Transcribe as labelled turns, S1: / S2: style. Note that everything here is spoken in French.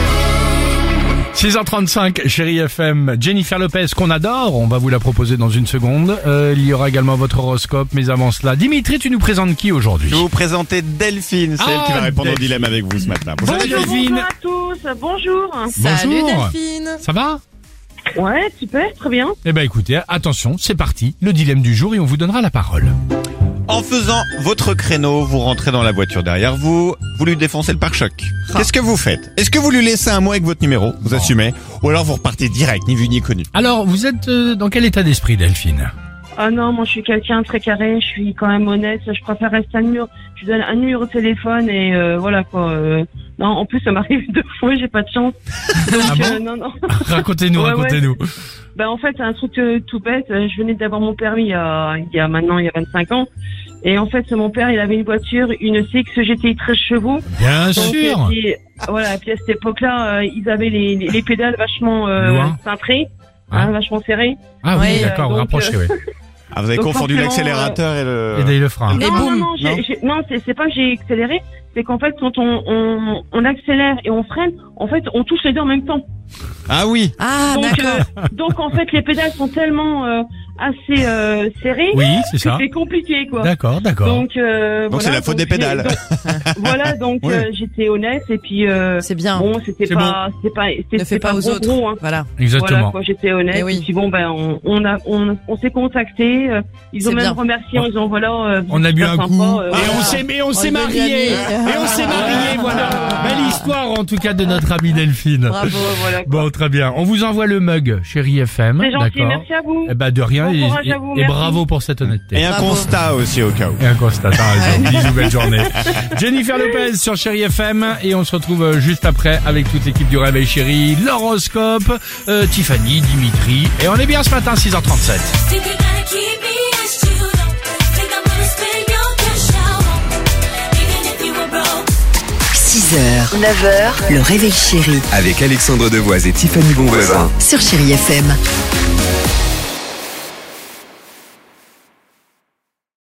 S1: Voilà. 6h35, chérie FM, Jennifer Lopez qu'on adore, on va vous la proposer dans une seconde. Euh, il y aura également votre horoscope, mais avant cela, Dimitri, tu nous présentes qui aujourd'hui
S2: Je vais vous présenter Delphine, celle
S1: Ah,
S2: qui va répondre
S1: Delphine.
S2: au dilemme avec vous ce matin. Bonjour
S1: Bonjour.
S2: Delphine.
S1: Delphine.
S3: Bonjour à tous, bonjour.
S1: Bonjour Ça va
S3: Ouais, super, très bien.
S1: Eh ben écoutez, attention, c'est parti, le dilemme du jour et on vous donnera la parole.
S2: En faisant votre créneau, vous rentrez dans la voiture derrière vous, vous lui défoncez le pare-choc. Qu'est-ce que vous faites Est-ce que vous lui laissez un mot avec votre numéro Vous assumez Ou alors vous repartez direct, ni vu ni connu
S1: Alors, vous êtes euh, dans quel état d'esprit Delphine
S3: Ah non, moi je suis quelqu'un de très carré, je suis quand même honnête, je préfère rester un numéro. Je donne un numéro de téléphone et euh, voilà quoi. euh, non, en plus ça m'arrive deux fois, j'ai pas de chance. Donc,
S1: Ah bon
S3: euh, non, non.
S1: Racontez-nous,
S3: Ouais, ouais.
S1: racontez-nous.
S3: Bah en fait, un truc euh, tout bête, euh, je venais d'avoir mon permis il y, a, il y a maintenant, il y a 25 ans. Et en fait, mon père, il avait une voiture, une CX GTI 13 chevaux.
S1: Bien
S3: Donc, euh,
S1: sûr
S3: et puis, voilà, et puis à cette époque-là, euh, ils avaient les, les, les pédales vachement euh,
S1: Loin.
S3: cintrées, hein, vachement serrées.
S1: Ah oui,
S3: Ouais,
S1: d'accord,
S3: euh, donc,
S1: rapprochez, oui.
S2: Ah, Vous avez
S3: Donc
S2: confondu
S3: forcément,
S2: l'accélérateur
S1: euh, Et
S2: et le...
S1: d'ailleurs le frein.
S2: Et
S3: non,
S2: boum.
S3: non, non, j'ai-
S2: Non.
S3: j'ai- non, c'est c'est pas que j'ai accéléré, c'est qu'en fait, quand on, on, on accélère et on freine, en fait, on touche les deux en même temps.
S2: Ah oui
S4: Ah,
S3: donc,
S4: d'accord.
S3: euh, donc, en fait, les pédales sont tellement euh, assez euh, serrées
S1: Oui, c'est
S3: que
S1: ça.
S3: c'est compliqué, quoi.
S1: D'accord, d'accord.
S3: Donc, euh,
S2: Donc, c'est
S3: voilà,
S2: la faute des
S3: j'ai-
S2: pédales.
S3: donc- voilà, donc
S2: Oui.
S3: euh, j'étais honnête et puis euh,
S5: C'est bien.
S3: bon, c'était
S1: C'est
S3: pas, c'était pas, c'était
S5: ne fais
S3: c'était
S5: pas, aux
S3: gros,
S5: autres.
S3: gros, hein.
S5: Voilà.
S1: Exactement.
S3: Voilà, quoi, j'étais honnête.
S5: Eh oui.
S3: Et puis bon, ben, on, on a, on, on s'est contacté. euh, ils ont
S5: C'est
S3: même
S5: bien.
S3: remercié en disant voilà. euh, vous
S1: On a
S3: êtes
S1: bu
S3: super
S1: un
S3: sympa,
S1: coup
S3: euh,
S1: et
S3: voilà.
S1: on s'est mais on s'est
S5: est devenu
S1: marié
S5: amis.
S1: et on s'est marié voilà belle histoire en tout cas de notre amie Delphine.
S5: Bravo.
S3: Voilà, quoi.
S1: Bon très bien, on vous envoie le mug chérie FM,
S3: C'est gentil,
S1: d'accord
S3: merci à vous.
S1: Eh ben de rien
S3: Bon
S1: et,
S3: courage à
S1: et-
S3: vous,
S1: et
S3: merci.
S1: bravo pour cette
S2: Et
S1: honnêteté.
S2: un
S5: Bravo.
S2: constat aussi au cas où.
S1: Et un constat, t'as raison. Bisous, belle journée. Jennifer Lopez sur Chérie FM et on se retrouve euh, juste après avec toute l'équipe du Réveil Chérie, l'horoscope, euh, Tiffany, Dimitri et on est bien ce matin 6h37.
S6: Thinking that I keep me as you don't think I'm gonna spend your cash out. Even if you were broke.
S4: 6h, 9h, le réveil chéri
S7: Avec Alexandre Devoise et Tiffany Bonvoisin.
S4: sur Chéri FM.